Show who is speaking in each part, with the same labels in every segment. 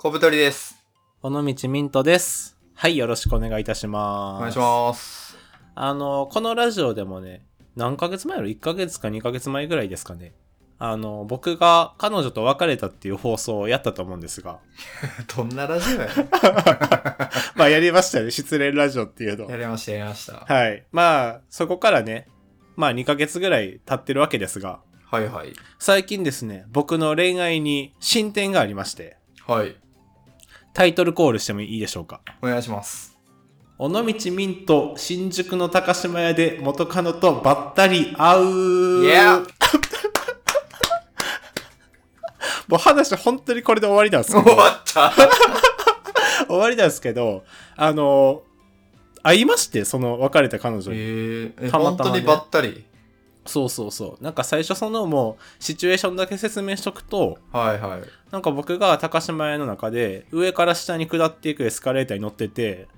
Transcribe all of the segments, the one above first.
Speaker 1: 小太りです。
Speaker 2: 尾道ミントです。はい、よろしくお願いいたしま
Speaker 1: お
Speaker 2: す。
Speaker 1: 願いし ます。
Speaker 2: あの、このラジオでもね、何ヶ月前やろ ?1 ヶ月か2ヶ月前ぐらいですかね。あの、僕が彼女と別れたっていう放送をやったと思うんで すが。
Speaker 1: どんなラジオや
Speaker 2: まあ、やりましたね。失恋ラジオっていうの
Speaker 1: や。りました、やりました。
Speaker 2: はい。まあ、そこからね、まあ2ヶ月ぐらい経ってるわけですが、
Speaker 1: はいはい。
Speaker 2: 最近ですね、僕の恋愛に進展がありまして、
Speaker 1: はい。
Speaker 2: タイトルコールしてもいいでしょうか
Speaker 1: お願いします。
Speaker 2: 尾道ミント新宿の高島屋で元カノとばったり会う
Speaker 1: Yeah
Speaker 2: もう話本当にこれで終わりなんですけ
Speaker 1: 終
Speaker 2: ど
Speaker 1: わ った。
Speaker 2: 終わりなんですけどあの会いましてその別れた彼
Speaker 1: え
Speaker 2: 女に、
Speaker 1: ー、え
Speaker 2: たま
Speaker 1: 本
Speaker 2: たまね
Speaker 1: 当にばったり。
Speaker 2: そうそうそうなんか最初そのもうシチュエーションだけ説明しとくと
Speaker 1: はいはい。
Speaker 2: なんか僕が高島屋の中で上から下に下っていくエスカレーターに乗ってて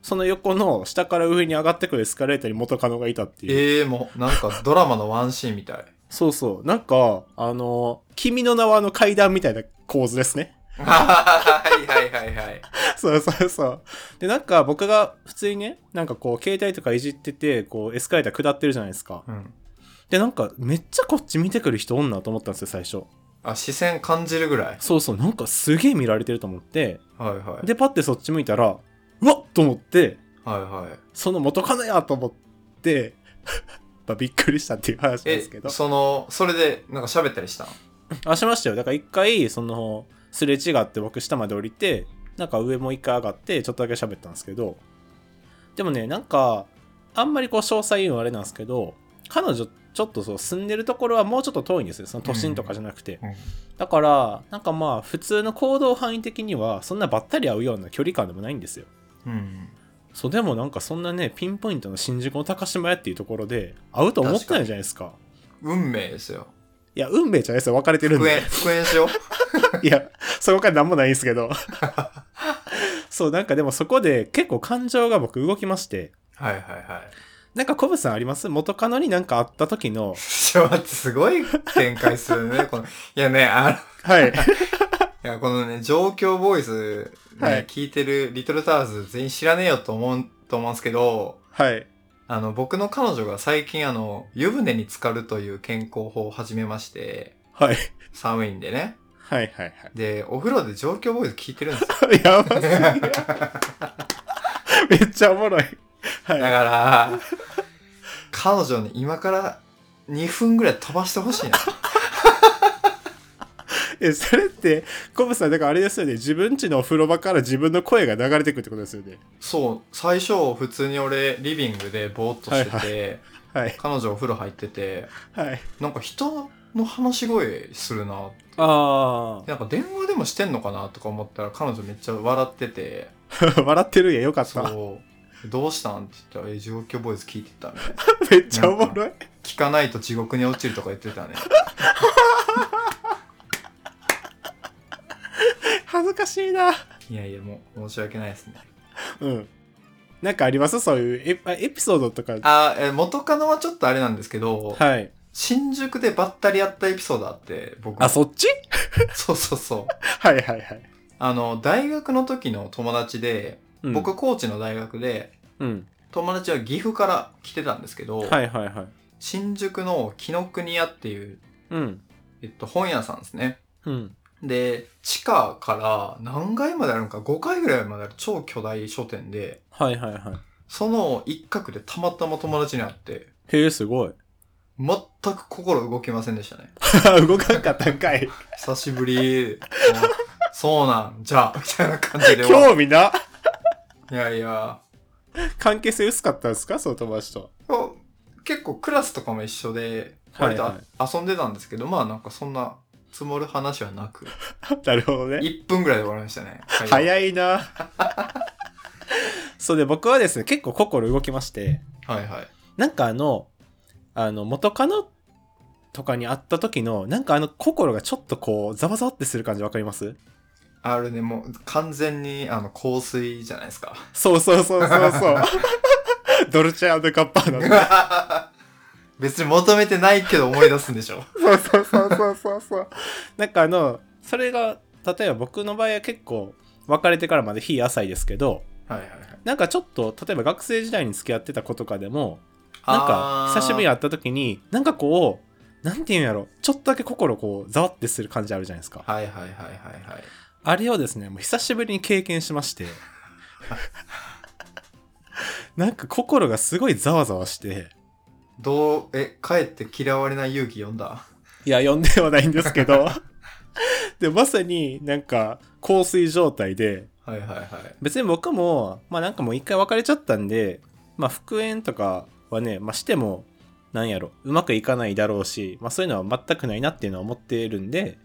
Speaker 2: その横の下から上に上がってくるエスカレーターに元カノがいたっていう
Speaker 1: えー、もう、なんかドラマのワンシーンみ たい。
Speaker 2: そうそう。なんか、あの、君の名はの階段みたいな構図ですね。
Speaker 1: はいはいはいはい。
Speaker 2: そうそうそう。で、なんか僕が普通にね、なんかこう、携帯とかいじってて、こう、エスカレーター下ってるじゃないですか
Speaker 1: う。ん。
Speaker 2: で、なんか、めっちゃこっち見てくる人おんなと思ったんですよ、最初。
Speaker 1: あ、視線感じるぐらい。
Speaker 2: そうそう、なんかすげえ見られてると思って、
Speaker 1: はいはい。
Speaker 2: で、パッてそっち向いたら、うわっと思って、
Speaker 1: はいはい。
Speaker 2: その元カノやと思って、 まあびっくりしたっていう話なんで
Speaker 1: え
Speaker 2: すけ、ど。
Speaker 1: その、それで、なんか喋ったりしたん
Speaker 2: あしましたよだから一回そのすれ違って僕下まで降りてなんか上も一回上がってちょっとだけ喋ったんですけどでもねなんかあんまりこう詳細言うのはあれなんですけど彼女ちょっとそう住んでるところはもうちょっと遠いんですよその都心とかじゃなくて、
Speaker 1: うんうん
Speaker 2: だからなんかまあ普通の行動範囲的にはそんなばったり会うような距離感でもないんですよ
Speaker 1: うん。
Speaker 2: そうでもなんかそんなねピンポイントの新宿の高島屋っていうところで会うと思ってないじゃないですか
Speaker 1: 運命ですよ。
Speaker 2: いや運命じゃないですよ別れてるん
Speaker 1: 復
Speaker 2: で
Speaker 1: 縁、復縁しよう。
Speaker 2: いや、そこからなんもないんですけど。そう、なんかでもそこで結構感情が僕動きまして、
Speaker 1: はいはいはい。
Speaker 2: なんかコブさんあります元カノになんかあった時の、
Speaker 1: ちょっと待って、すごい展開する ね。このいやね、あの、
Speaker 2: はい。
Speaker 1: いや、このね、状況ボーイズ、ね
Speaker 2: はい
Speaker 1: 聞いてるリトルタワーズ全員知らねえよと思う、と思うんですけど、
Speaker 2: はい。
Speaker 1: あの、僕の彼女が最近あの、湯船に浸かるという健康法を始めまして、
Speaker 2: はい。
Speaker 1: 寒いんでね。
Speaker 2: はいはい
Speaker 1: で、お風呂で状況ボーイズ聞いてるんですよ。
Speaker 2: はい。やばすぎる。めっちゃおもろい。
Speaker 1: だか
Speaker 2: はい。
Speaker 1: ら、彼女に今から2分ぐらい飛ばしてほしいな。
Speaker 2: え、それって、コブさん、だからあれですよね。自分家のお風呂場から自分の声が流れてくってことですよね。
Speaker 1: そう、最初普通に俺リビングでぼーっとしてて、
Speaker 2: ははい。
Speaker 1: 彼女お風呂入ってて、
Speaker 2: はい。
Speaker 1: なんか人の話し声するな
Speaker 2: あ
Speaker 1: なんか電話でもしてんのかなとか思ったら彼女めっちゃ笑ってて、
Speaker 2: あ。 笑ってるんや、よかった。
Speaker 1: そう、どうしたんって言ったら、え、地獄教ボーイズ聞いてたね。
Speaker 2: めっちゃおもろい。
Speaker 1: 聞かないと地獄に落ちるとか言ってたね。
Speaker 2: 恥ずかしいな。
Speaker 1: いやいや、もう申し訳ないですね。
Speaker 2: うん。なんかありますそういうエピあエピソードとか。
Speaker 1: あ、え、元カノはちょっとあれなんですけど、
Speaker 2: はい。
Speaker 1: 新宿でばったり会ったエピソードあって、僕。
Speaker 2: あ、そっち
Speaker 1: そうそうそう。
Speaker 2: はいはいはい。
Speaker 1: あの、大学の時の友達で、
Speaker 2: うん、
Speaker 1: 僕、高知の大学で、
Speaker 2: うん。
Speaker 1: 友達は岐阜から来てたんですけど、
Speaker 2: はいはいはい。
Speaker 1: 新宿の紀ノ国屋っていう、
Speaker 2: うん。
Speaker 1: えっと、本屋さんですね。
Speaker 2: うん。
Speaker 1: で、地下から何階まであるのか、5階ぐらいまである超巨大書店で、
Speaker 2: はいはいはい。
Speaker 1: その一角でたまたま友達に会って、
Speaker 2: へえ、すごい。
Speaker 1: 全く心動きませんでしたね。
Speaker 2: 動かんかったんかい。
Speaker 1: 久しぶり。あそうなん、じゃあ、みたいな感じで終わ
Speaker 2: 興味な。
Speaker 1: いやいや、
Speaker 2: 関係性薄かったんですかその友達と。
Speaker 1: 結構クラスとかも一緒で、
Speaker 2: はい
Speaker 1: 割
Speaker 2: はい
Speaker 1: と遊んでたんですけど、まあなんかそんな積もる話はなく、
Speaker 2: なるほどね。
Speaker 1: 1分ぐらいで終わりましたね。会話
Speaker 2: 早いな。 そうで、僕はですね、結構心動きまして、
Speaker 1: はいはい。
Speaker 2: なんかあの、あの、元カノとかに会った時の、なんかあの、心がちょっとこう、ざわざわってする感じわかります
Speaker 1: あれね、もう完全にあの香水じゃないですか。
Speaker 2: そうそうそうそうそう。ドルチェガッパーの。
Speaker 1: 別に求め てないけど思い出すんでしょ
Speaker 2: そうそうそうそうそうそう。なんかあの、それが例えば僕の場合は結構別れてからまで日浅いですけど
Speaker 1: はいはいはい。
Speaker 2: なんかちょっと例えば学生時代に付き合ってた子とかでもなんか久しぶりに
Speaker 1: や。
Speaker 2: 会った時になんかこうなんていうんやろちょっとだけ心こうざわってする感じあるじゃないですか
Speaker 1: はいはいはいはいはい。
Speaker 2: あれをですねもう久しぶりに経験しましてなんか心がすごいざわざわして
Speaker 1: どう、え、帰って嫌われない勇気読んだ
Speaker 2: いや、読んではないんですけど。で、まさになんか、香水状態で、
Speaker 1: はいはいはい。
Speaker 2: 別に僕も、まあなんかもう一回別れちゃったんで、まあ復縁とかはね、まあしても、なんやろ、うまくいかないだろうし、まあそういうのは全くないなっていうのは思っているんで、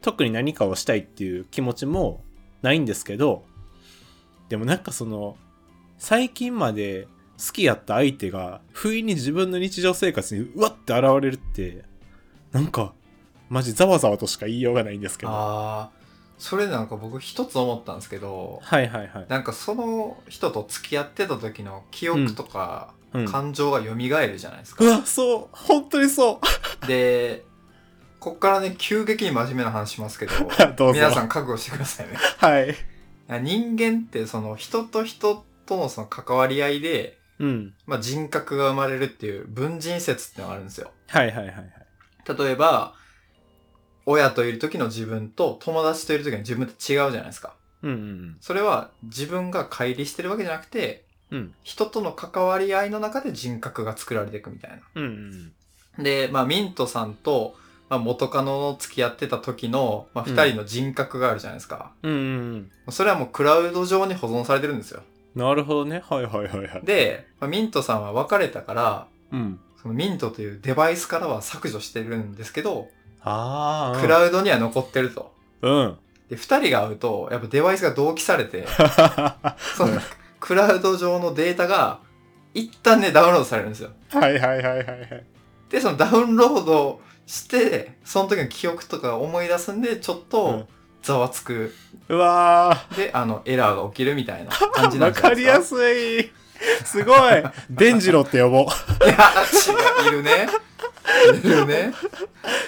Speaker 2: 特に何かをしたいっていう気持ちもないんですけど、でもなんかその、最近まで好きやった相手が、不意に自分の日常生活にうわって現れるって、なんか、マジざわざわとしか言いようがないんですけど。は
Speaker 1: ああ、それなんか僕一つ思ったんですけど、
Speaker 2: いはいはい。
Speaker 1: なんかその人と付き合ってた時の記憶とか
Speaker 2: うん、
Speaker 1: 感情が蘇るじゃないですか。
Speaker 2: うわ、そう、本当にそう。
Speaker 1: で、こっからね、急激に真面目な話します けど、
Speaker 2: どうぞ。
Speaker 1: 皆さん覚悟してくださいね。
Speaker 2: はい。
Speaker 1: 人間ってその人と人とのその関わり合いで、
Speaker 2: うん。
Speaker 1: まあ、人格が生まれるっていう文人説ってのがあるんですよ。
Speaker 2: はいはいはいはい。
Speaker 1: 例えば、親といる時の自分と友達といる時の自分って違うじゃないですか。
Speaker 2: うんうん
Speaker 1: それは自分が乖離してるわけじゃなくて、
Speaker 2: うん。うん
Speaker 1: 人との関わり合いの中で人格が作られていくみたい
Speaker 2: うんうん。
Speaker 1: な。で、まあ、ミントさんと、まあ、元カノの付き合ってた時の、まあ、二人の人格があるじゃないですか。
Speaker 2: うんうん
Speaker 1: それはもうクラウド上に保存されてるんですよ。
Speaker 2: うん。なるほどね。はいはいはいはい。、
Speaker 1: で、まあ、ミントさんは別れたから、
Speaker 2: うん。
Speaker 1: そのミントというデバイスからは削除してるんですけど、
Speaker 2: ああ。
Speaker 1: クラウドには残ってると。
Speaker 2: うん。
Speaker 1: で、二人が会うと、やっぱデバイスが同期されて、
Speaker 2: は
Speaker 1: そのクラウド上のデータが一旦ね、ダウンロードされるんですよ。
Speaker 2: いはいはいはいはい。
Speaker 1: で、そのダウンロードして、その時の記憶とか思い出すんで、ちょっ
Speaker 2: うん
Speaker 1: とざわつく。
Speaker 2: うわ
Speaker 1: で、あの、エラーが起きるみたいな感じ
Speaker 2: ー。
Speaker 1: なん
Speaker 2: わ
Speaker 1: じゃな
Speaker 2: か
Speaker 1: いで
Speaker 2: り
Speaker 1: すか。
Speaker 2: やすい。すごい。デンジロって呼ぼ
Speaker 1: い
Speaker 2: う。
Speaker 1: や、違う、いるね。いるね。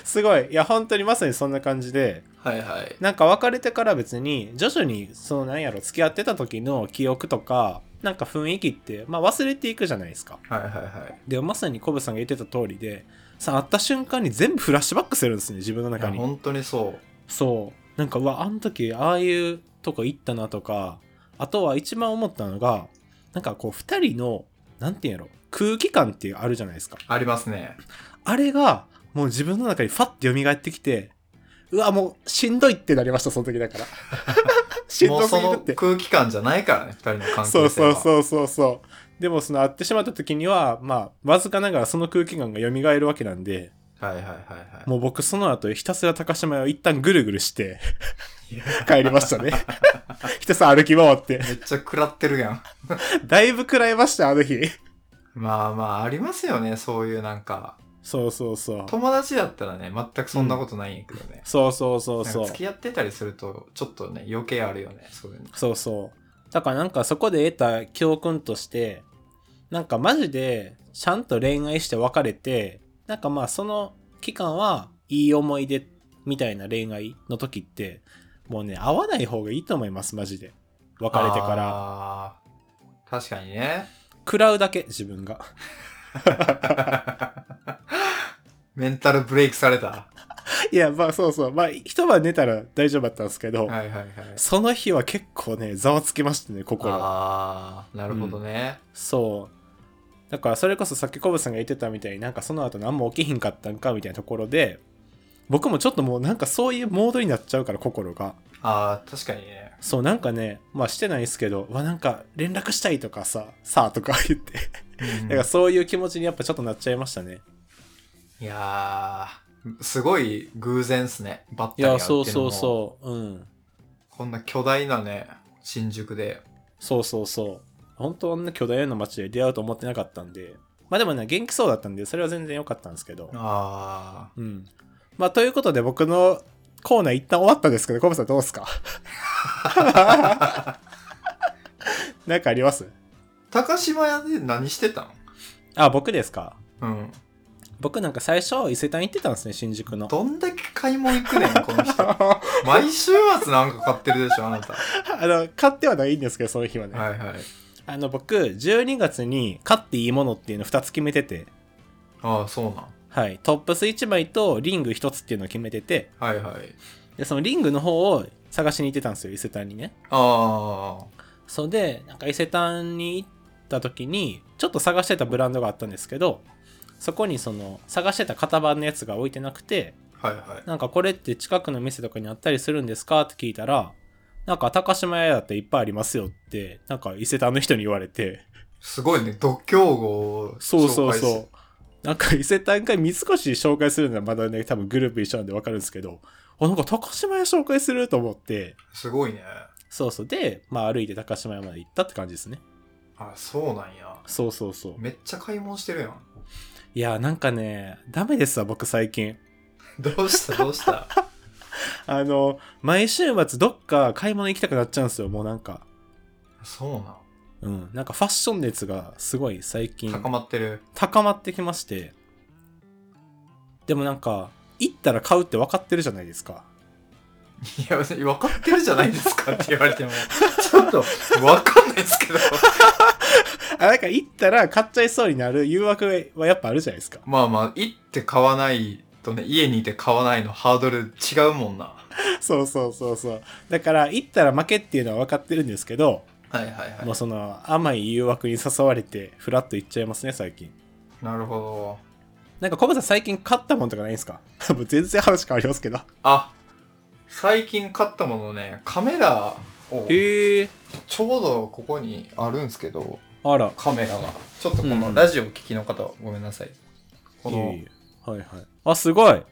Speaker 2: すごい。いや、本当にまさにそんな感じで。
Speaker 1: はいはい。
Speaker 2: なんか別れてから別に徐々にそのなんやろ付き合ってた時の記憶とかなんか雰囲気ってまあ忘れていくじゃないですか
Speaker 1: はいはいはい。
Speaker 2: でまさにコブさんが言ってた通りでさ会った瞬間に全部フラッシュバックするんですね自分の
Speaker 1: いや
Speaker 2: 中に
Speaker 1: 本当にそう。
Speaker 2: そうなんかうわあの時ああいうとこ行ったなとかあとは一番思ったのがなんかこう2人のなんていうんやろ空気感ってあるじゃないですか
Speaker 1: ありますね。
Speaker 2: あれがもう自分の中にファッて蘇ってきてうわもうしんどいってなりましたその時 だからしん
Speaker 1: もう
Speaker 2: どす
Speaker 1: そ
Speaker 2: ぎる
Speaker 1: の
Speaker 2: って
Speaker 1: 空気感じゃないからね、二人の関係性
Speaker 2: そ
Speaker 1: は。
Speaker 2: うそうそうそうそうでもその会ってしまった時にはまあわずかながらその空気感が蘇るわけなんで
Speaker 1: はいはいはいはい。
Speaker 2: もう僕その後ひたすら高島屋を一旦ぐるぐるして
Speaker 1: いや
Speaker 2: 帰りましたね。ひたすら歩き回って。
Speaker 1: めっちゃ食らってるやん。
Speaker 2: だいぶ食らいました、あの日。
Speaker 1: まあまあ、ありますよね、そういうなんか。
Speaker 2: そうそうそう。
Speaker 1: 友達だったらね、全くそんなことないんやけどね。
Speaker 2: そうそうそ
Speaker 1: な
Speaker 2: う
Speaker 1: んか
Speaker 2: そう。
Speaker 1: 付き合ってたりすると、ちょっとね、余計あるよね、そういうの。
Speaker 2: そうそう。だからなんかそこで得た教訓として、なんかマジでちゃんと恋愛して別れて、なんかまあその期間はいい思い出みたいな恋愛の時って、もうね、会わない方がいいと思います、マジで。別れてから。
Speaker 1: ら。確かにね。
Speaker 2: 食らうだけ、自分が。
Speaker 1: メンタルブレイクされた。はい
Speaker 2: や、まあそうそう。まあ一晩寝たら大丈夫だったんですけど、
Speaker 1: いはいはい。
Speaker 2: その日は結構ね、ざわつきましたね、心。
Speaker 1: ああ、なるほどね。
Speaker 2: そう。だからそれこそさっきコブさんが言ってたみたいになんかその後何も起きひんかったんかみたいなところで、僕もちょっともうなんかそういうモードになっちゃうから心が。
Speaker 1: ああ、確かにね。
Speaker 2: そうなんかね、まあしてないですけど、わ、なんか連絡したいとかさ、さあとか言って、
Speaker 1: うん
Speaker 2: だからそういう気持ちにやっぱちょっとなっちゃいましたね。
Speaker 1: いやー、すごい偶然っすね。バッタ
Speaker 2: い
Speaker 1: リ会う
Speaker 2: や、
Speaker 1: っていうの
Speaker 2: そ
Speaker 1: も
Speaker 2: うそうそう。うん。
Speaker 1: こんな巨大なね、新宿で。
Speaker 2: そうそうそう。本当はね、巨大な街で出会うと思ってなかったんで。まあでもね、元気そうだったんで、それは全然良かったんですけど。
Speaker 1: あ
Speaker 2: うん。まあということで、僕のコーナー一旦終わったんですけど、コブさんどうですか なんかあります
Speaker 1: ー。高島屋で何してたの
Speaker 2: あ、僕ですか
Speaker 1: うん。
Speaker 2: 僕なんか最初伊勢丹行ってたんですね新宿の
Speaker 1: どんだけ買い物行くねん、この 人。
Speaker 2: あ
Speaker 1: 毎週末なんか買ってるでしょ、あなた。は
Speaker 2: の買ってはないんですけどその日はね、
Speaker 1: いはい。
Speaker 2: あの僕12月に買っていいものっていうの2つ決めてて
Speaker 1: ああ、そうなん。
Speaker 2: はいトップス1枚とリング1つっていうのを決めてて
Speaker 1: はいはい。
Speaker 2: でそのリングの方を探しに行ってたんですよ伊勢丹にね
Speaker 1: あ
Speaker 2: そうでなんか伊勢丹に行った時にちょっと探してたブランドがあったんですけどそこにその探してた型番のやつが置いてなくて
Speaker 1: あ、はいはい。
Speaker 2: なんかこれって近くの店とかにあったりするんですかって聞いたらなんか高島屋だっていっぱいありますよってなんか伊勢丹の人に言われて
Speaker 1: すごいね、度胸語を
Speaker 2: そうそう
Speaker 1: 紹介し
Speaker 2: そうなんか伊勢丹か三越紹介するのはまだね多分グループ一緒なんでわかるんですけどあなんか高島屋紹介すると思って
Speaker 1: すごいね。
Speaker 2: そうそうでまあ歩いて高島屋まで行ったって感じですね
Speaker 1: あ、そうなんや。
Speaker 2: そうそうそう
Speaker 1: めっちゃ買い物してるやん。
Speaker 2: いやなんかねダメですわ僕最近
Speaker 1: どうしたどう した
Speaker 2: あの毎週末どっか買い物行きたくなっちゃうんですよもうなんか
Speaker 1: そうな
Speaker 2: うんなんかファッション熱がすごい最近
Speaker 1: ん。高まってる。
Speaker 2: 高まってきましてでもなんか行ったら買うって分かってるじゃないですか
Speaker 1: いや、分かってるじゃないですかって言われ ても、ちょっと分かんないですけど。
Speaker 2: あなんか行ったら買っちゃいそうになる誘惑はやっぱあるじゃないですか
Speaker 1: まあまあ、行って買わないとね、家にいて買わないのハードル違うもんな。
Speaker 2: そうそうそうそうだから行ったら負けっていうのは分かってるんですけど、
Speaker 1: はいはいは
Speaker 2: もうその甘い誘惑に誘われてフラッと行っちゃいますね最近
Speaker 1: い。なるほど。
Speaker 2: なんかコブさん最近買ったもんとかないんですかもう 全然話変わりますけど。
Speaker 1: あ、最近買ったものね、カメラを、
Speaker 2: へえ。
Speaker 1: ちょうどここにあるんですけど、
Speaker 2: あら。
Speaker 1: カメラが。ちょっとこ
Speaker 2: う
Speaker 1: の
Speaker 2: ん
Speaker 1: ラジオを聞きの方、ごめんなさい。こ
Speaker 2: いえ
Speaker 1: の
Speaker 2: い、えはいはい。あ、すごい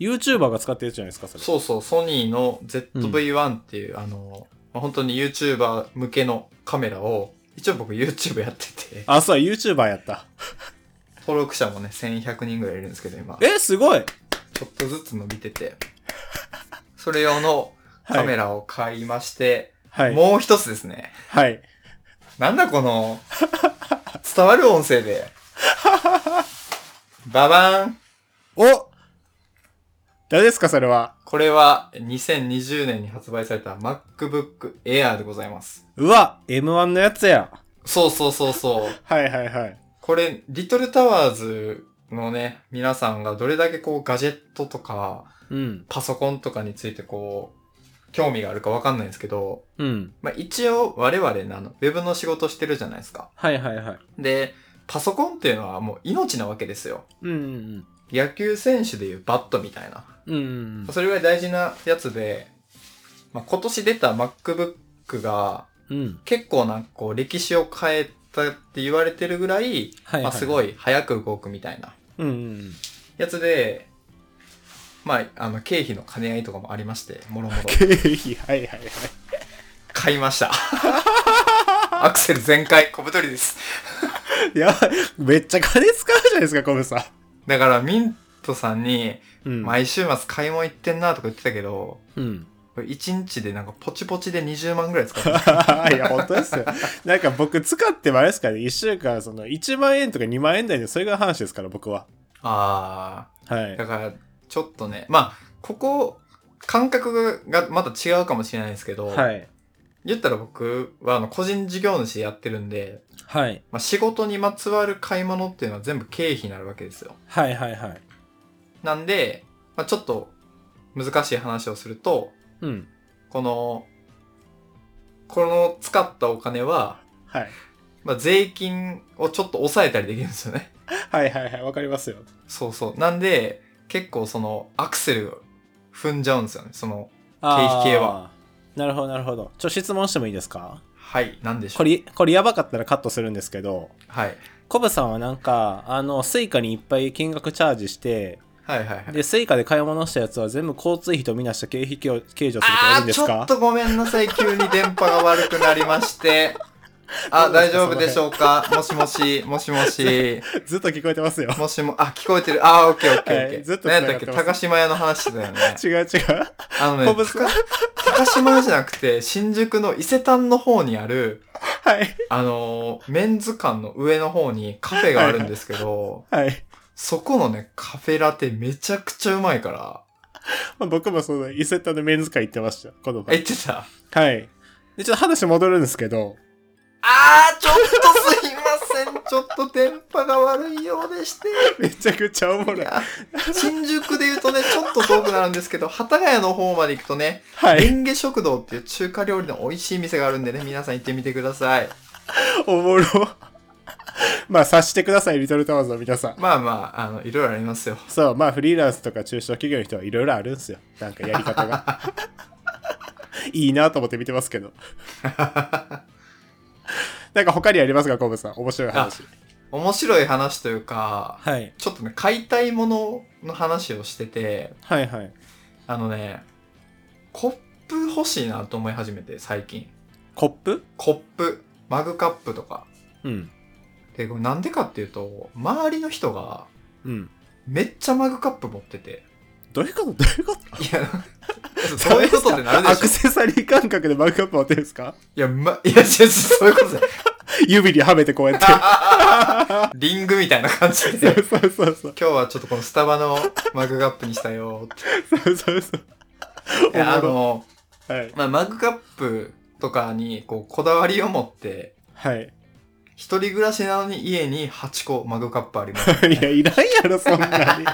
Speaker 2: !YouTuber が使ってるじゃないですか、それ。
Speaker 1: そうそう、ソニーの ZV-1 っていう、あの、まあ本当に YouTuber 向けのカメラを、一応僕 YouTube やってて、
Speaker 2: あ、そう、YouTuber やった。
Speaker 1: 登録者もね、1100人ぐらいいるんですけど、今。
Speaker 2: え、すごい
Speaker 1: ちょっとずつ伸びてて、それ用のカメ
Speaker 2: ラ。
Speaker 1: ラを買いまして、
Speaker 2: はい。
Speaker 1: もう一つですね。
Speaker 2: はい。
Speaker 1: なんだこの、伝わる音声で。ババーン
Speaker 2: お誰ですか、それは。
Speaker 1: これは2020年に発売された MacBook Air でございます。
Speaker 2: うわ !M1 のやつや。
Speaker 1: そうそうそうそう。
Speaker 2: はいはいはい。
Speaker 1: これ、リトルタワーズのね、皆さんがどれだけこうガジェットとか
Speaker 2: うん。
Speaker 1: パソコンとかについてこう、興味があるかわかんないんですけど、
Speaker 2: うん。
Speaker 1: まあ一応我々なの、ウェブの仕事してるじゃないですか。
Speaker 2: はいはいはい。
Speaker 1: で、パソコンっていうのはもう命なわけですよ。
Speaker 2: うんうん
Speaker 1: 野球選手でいうバットみたいな。
Speaker 2: うん。うんうん
Speaker 1: それぐらい大事なやつで、まあ、今年出た MacBook が
Speaker 2: うん。うん。
Speaker 1: 結構なんかこう歴史を変えたって言われてるぐらい、
Speaker 2: はいはい。
Speaker 1: まあ、す
Speaker 2: い。
Speaker 1: ごい早く動くみたいな
Speaker 2: うんうん。
Speaker 1: やつで、まあ、あの、経費の兼ね合いとかもありまして、もろもろ
Speaker 2: 経費、はいはいはい。
Speaker 1: 買いま した。アクセル全開、小太りです。
Speaker 2: やばい。めっちゃ金使うじゃないですか、コブさ
Speaker 1: だから、ミントさんに、
Speaker 2: ん。うん。
Speaker 1: 毎週末買い物行ってんなとか言ってたけど、
Speaker 2: うん。
Speaker 1: これ1日でなんかポチポチで20万ぐらい使ってた。
Speaker 2: いや、本当ですよ。なんか僕使ってもあれですからね、1週間、その1万円とか2万円台で、それが話ですから、僕は。
Speaker 1: あー。
Speaker 2: はい。
Speaker 1: だから、ちょっとね、まあ、ここ、感覚がまた違うかもしれないですけど、
Speaker 2: はい。
Speaker 1: 言ったら僕はあの個人事業主やってるんで、
Speaker 2: はい。
Speaker 1: まあ、仕事にまつわる買い物っていうのは全部経費になるわけですよ。
Speaker 2: はいはいはい。
Speaker 1: なんで、まあ、ちょっと難しい話をすると、
Speaker 2: うん。
Speaker 1: この、この使ったお金は、
Speaker 2: はい。
Speaker 1: まあ、税金をちょっと抑えたりできるんですよね。
Speaker 2: はいはいはい。わかりますよ。
Speaker 1: そうそう。なんで、結構そのアクセルを踏んじゃうんですよね。その、
Speaker 2: あー
Speaker 1: 経費系は。
Speaker 2: なるほどなるほど。ちょ、質問してもいいですか
Speaker 1: はい、なんでしょう。
Speaker 2: これ、これやばかったらカットするんですけど、
Speaker 1: はい。
Speaker 2: コブさんはなんか、あの、スイカにいっぱい金額チャージして、
Speaker 1: はいはいはい。
Speaker 2: で、スイカで買い物したやつは全部交通費とみなした経費計計上するとかや
Speaker 1: あ
Speaker 2: るん
Speaker 1: ー
Speaker 2: で
Speaker 1: ち
Speaker 2: す
Speaker 1: ょ
Speaker 2: か
Speaker 1: っとごめんなさい。急に電波が悪くなりまして。あ、
Speaker 2: どうで
Speaker 1: 大
Speaker 2: すか
Speaker 1: 丈夫でしょうかもしもし、もしもし、
Speaker 2: ずっと聞こえてますよ。
Speaker 1: もしも、あ、聞こえてる。あー、オッケーオッケーオッケ
Speaker 2: はい
Speaker 1: ー。
Speaker 2: ずっと
Speaker 1: 何やったっけ
Speaker 2: 繋がってます
Speaker 1: 高島屋の話だよ ね。
Speaker 2: 違う違う。
Speaker 1: あのね、
Speaker 2: 小渕
Speaker 1: 高高島屋じゃなくて、新宿の伊勢丹の方にある、
Speaker 2: はい。
Speaker 1: あのーメンズ館の上の方にカフェがあるんですけど、
Speaker 2: はい。
Speaker 1: そこのね、カフェラテめちゃくちゃうまいから。
Speaker 2: まあ、僕もその伊勢丹のメンズ会行ってました、この
Speaker 1: あ
Speaker 2: 前
Speaker 1: 言。ってた
Speaker 2: はい。で、ちょっと話戻るんですけど、
Speaker 1: あー、ちょっとすいません。 ちょっと電波が悪いようでして。
Speaker 2: めちゃくちゃおも
Speaker 1: い
Speaker 2: ろい。
Speaker 1: や、新宿で言うとね、ちょっと遠くなるんですけど、幡ヶ谷の方まで行くとね、
Speaker 2: はい
Speaker 1: レ。ンゲ食堂っていう中華料理の美味しい店があるんでね、皆さん行ってみてください。
Speaker 2: おもろ。 まあ、察してください、リトルタワーズの皆さん。
Speaker 1: まあまあ、あの、いろいろありますよ。
Speaker 2: そう、まあ、フリーランスとか中小企業の人はいろいろあるんすよ。なんかやり 方が。いいなと思って見てますけど。なんか他にありますか、コブさん。面白い話。
Speaker 1: 面白い話というか、
Speaker 2: はい。
Speaker 1: ちょっとね、買いたいものの話をしてて、
Speaker 2: はいはい。
Speaker 1: あのね、コップ欲しいなと思い始めて、最近。
Speaker 2: コップ
Speaker 1: コップ、マグカップとか。
Speaker 2: うん。
Speaker 1: で、これなんでかっていうと、周りの人が、
Speaker 2: うん。
Speaker 1: めっちゃマグカップ持ってて。
Speaker 2: どういうことどういうこと
Speaker 1: いや、 そういうことってなるで
Speaker 2: ア
Speaker 1: しょ。
Speaker 2: クセサリー感覚でマグカップ持ってるんですか
Speaker 1: いや、ま、いや、違う違うそういうことじゃない
Speaker 2: 指にはめてこうやって。
Speaker 1: リングみたいな感じ
Speaker 2: そ
Speaker 1: で。
Speaker 2: うそうそうそう。
Speaker 1: 今日はちょっとこのスタバのマグカップにしたよっ
Speaker 2: そうそうそう。
Speaker 1: て。いやあ
Speaker 2: おもろ
Speaker 1: の、
Speaker 2: はい。
Speaker 1: まあ、マグカップとかにこうこだわりを持って、
Speaker 2: はい。
Speaker 1: 一人暮らしなのに家に8個マグカップあります
Speaker 2: いや、いらんやろ、そんなに。いらん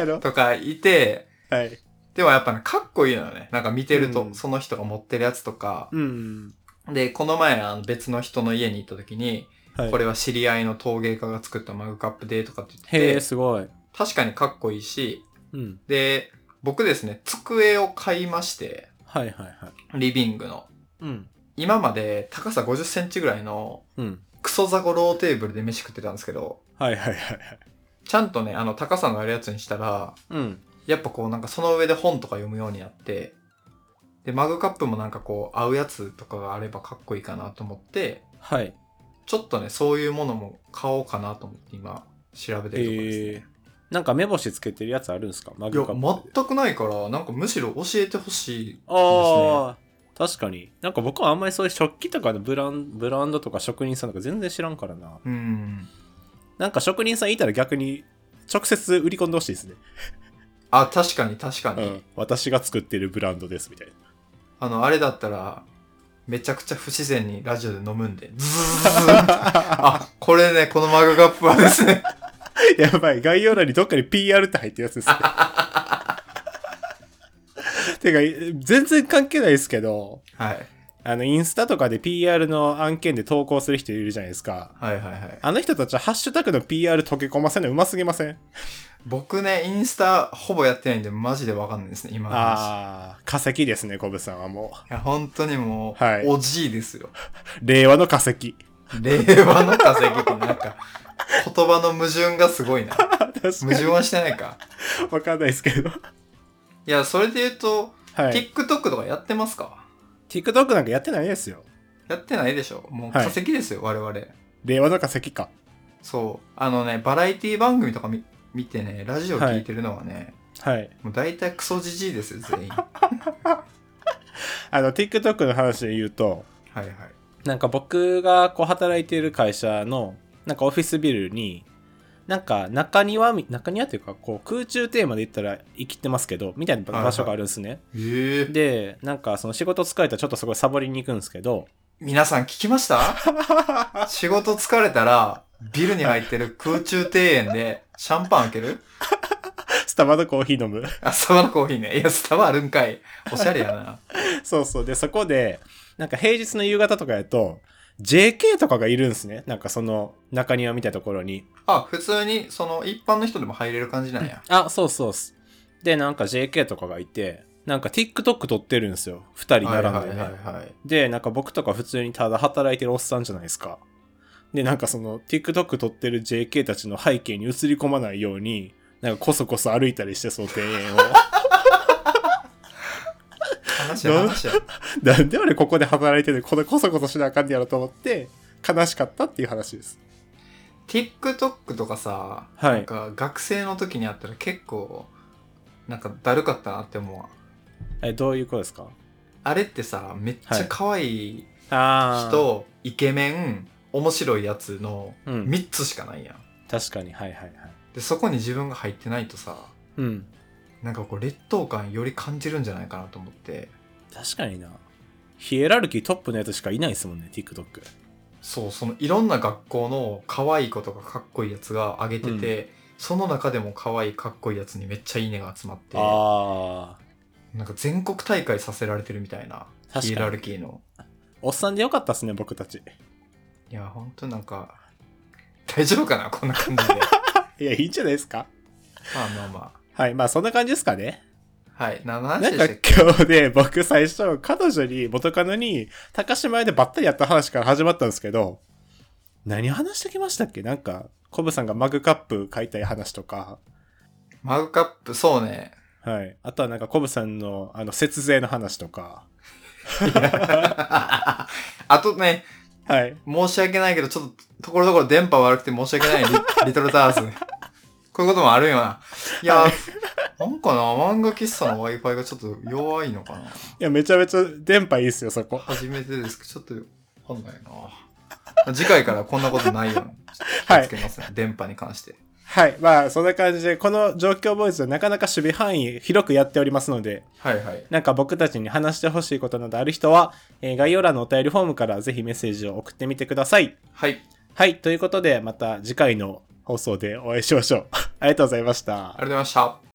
Speaker 2: やろ。
Speaker 1: とかいて、
Speaker 2: はい。
Speaker 1: でもやっぱね、かっこいいのよね。なんか見てる
Speaker 2: う
Speaker 1: と、
Speaker 2: ん
Speaker 1: その人が持ってるやつとか。
Speaker 2: うん。
Speaker 1: で、この前、あの別の人の家に行った時に、
Speaker 2: はい、
Speaker 1: これは知り合いの陶芸家が作ったマグカップで、とかって
Speaker 2: へ
Speaker 1: 言
Speaker 2: え、
Speaker 1: って、
Speaker 2: すごい。
Speaker 1: 確かにかっこいいし、
Speaker 2: うん。
Speaker 1: で、僕ですね、机を買いまして、
Speaker 2: はいはいはい。
Speaker 1: リビングの。
Speaker 2: うん。
Speaker 1: 今まで高さ50センチぐらいの
Speaker 2: うん。
Speaker 1: クソザコローテーブルで飯食ってたんですけど、
Speaker 2: はいはいはいはい。
Speaker 1: ちゃんとね、あの高さのあるやつにしたら、
Speaker 2: うん。
Speaker 1: やっぱこうなんかその上で本とか読むようになって、で、マグカップもなんかこう合うやつとかがあればかっこいいかなと思って、
Speaker 2: はい。
Speaker 1: ちょっとね、そういうものも買おうかなと思って今調べてるところですね。
Speaker 2: えー。なんか目星つけてるやつあるんですかマ
Speaker 1: い
Speaker 2: グカップで。
Speaker 1: や、全くないから、なんかむしろ教えてほしい。
Speaker 2: ああ、確かに。なんか僕はあんまりそういう食器とかのブランブランドとか職人さんとか全然知らんからな。
Speaker 1: うん。
Speaker 2: なんか職人さんいたら逆に直接売り込んでほしいですね。
Speaker 1: あ、確かに確か
Speaker 2: う
Speaker 1: に。
Speaker 2: ん。私が作ってるブランドですみたいな。
Speaker 1: あの、あれだったら、めちゃくちゃ不自然にラジオで飲むんで、ズズズズズあ、これね、このマグカップはですね。
Speaker 2: やばい。概要欄にどっかに PR って入ってるや つですね。てか、全然関係ないですけど、
Speaker 1: はい。
Speaker 2: あの、インスタとかで PR の案件で投稿する人いるじゃないですか。
Speaker 1: はいはいはい。
Speaker 2: あの人たちはハッシュタグの PR 溶け込ませるのうますぎません
Speaker 1: 僕ね、インスタほぼやってないんで、マジでわかんないですね、今の話。
Speaker 2: ああ、化石ですね、コブさんはも
Speaker 1: いや、本当にもう、
Speaker 2: はい
Speaker 1: おじいですよ。
Speaker 2: う。令和の化石。
Speaker 1: 令和の稼ぎってなんか、言葉の矛盾がすごいな。
Speaker 2: 確か
Speaker 1: 矛盾はしてないか。
Speaker 2: に。わかんないですけど。
Speaker 1: いや、それで言うと、
Speaker 2: はい。
Speaker 1: TikTok とかやってますか
Speaker 2: TikTok なんかやってないですよ。
Speaker 1: やってないでしょもう
Speaker 2: はい
Speaker 1: 化石ですよ、我々。
Speaker 2: 令和の化石か。
Speaker 1: そう。あのね、バラエティ番組とかみ見てね、ラジオ聞いてるのはね、
Speaker 2: はい。
Speaker 1: もう大体クソじじいですよ、 全員。はい
Speaker 2: あの、TikTok の話で言うと、
Speaker 1: はい。
Speaker 2: なんか僕がこう働いている会社のなんかオフィスビルになんか中庭み中庭というかこう空中テーマで言ったら生きてますけどみたいな場所があるんですね、
Speaker 1: ええ
Speaker 2: でなんかその仕事疲れたらちょっとそこサボりに行くんですけど
Speaker 1: 皆さん聞きました 仕事疲れたら、ビルに入ってる空中庭園でシャンパン開ける
Speaker 2: スタバのコーヒー飲む
Speaker 1: あ、スタバのコーヒーね。いや、スタバあるんかい。おしゃれやな。
Speaker 2: そうそうでそこでなんか平日の夕方とかやと JK とかがいるんですねなんかその中庭みたいなところに
Speaker 1: あ、普通に、その、一般の人でも入れる感じなんや。
Speaker 2: あそうそうっすでなんか JK とかがいてなんか TikTok 撮ってるんですよ2人並んでね、
Speaker 1: はいはい。
Speaker 2: で、なんか僕とか普通にただ働いてるおっさんじゃないですか。で、なんかその TikTok 撮ってる JK たちの背景に映り込まないように、なんかこそこそ歩いたりして、その庭 園を。
Speaker 1: 話や話や。
Speaker 2: なんで俺ここで働いてて、これこそこそしなあかんねやろと思って、悲しかったっていう話です。
Speaker 1: TikTok とかさ、
Speaker 2: はい
Speaker 1: なんか学生の時にあったら結構なんかだるかったなって思うわ
Speaker 2: え、どういうことですか
Speaker 1: あれってさめっちゃ可愛い
Speaker 2: ああ。
Speaker 1: 人、イケメン面白いやつの
Speaker 2: うん。
Speaker 1: 3つしかないやん、
Speaker 2: 確かにはいはいはい
Speaker 1: でそこに自分が入ってないとさ
Speaker 2: うん
Speaker 1: なんかこう劣等感より感じるんじゃないかなと思って
Speaker 2: 確かになヒエラルキートップのやつしかいないですもんね TikTok
Speaker 1: そうそのいろんな学校の可愛い子とかかっこいいやつが上げてて、その中でも可愛いかっこいいやつにめっちゃいいねが集まって
Speaker 2: あー
Speaker 1: なんか全国大会させられてるみたいなヒエ
Speaker 2: 確
Speaker 1: ラ
Speaker 2: かに
Speaker 1: ルキーの
Speaker 2: おっさんでよかったっすね僕たち
Speaker 1: いやほんとなんか 大丈夫かなこんな感じ でま
Speaker 2: いやいいんじゃないですか
Speaker 1: あまあま
Speaker 2: はいまあそんな感じですかね
Speaker 1: あはい何の話
Speaker 2: なん
Speaker 1: で
Speaker 2: か
Speaker 1: したっけ
Speaker 2: 今日ね、 僕最初、彼女に、元カノに、高島屋でばったりやった話から始まったんですけど、何話してきましたっけなんか、コブさんがマグカップ買いたい話とか、
Speaker 1: マグカップそうね
Speaker 2: はい。あとはなんかコブさんの、あの、節税の話とか、
Speaker 1: あとね
Speaker 2: はい。
Speaker 1: 申し訳ないけどちょっとところどころ電波悪くて申し訳ないリ リトルターズこういうこともあるんよないや、
Speaker 2: は
Speaker 1: なんかな漫画喫茶の Wi-Fi がちょっと弱いのかない
Speaker 2: や、めちゃめちゃ電波いいっすよ、そこ。
Speaker 1: 初めてですけどちょっとわかんないな次回からこんなことないように気
Speaker 2: は
Speaker 1: を
Speaker 2: い
Speaker 1: つけますね、電波に関して
Speaker 2: はい。まあ、そんな感じで、この状況ボイスはなかなか守備範囲広くやっておりますので、
Speaker 1: はいはい
Speaker 2: なんか僕たちに話してほしいことなどある人は、えー概要欄のお便りフォームからぜひメッセージを送ってみてください。
Speaker 1: はい
Speaker 2: はい、ということで、また次回の放送でお会いしましょう。ありがとうございました
Speaker 1: あ。りがとう ございました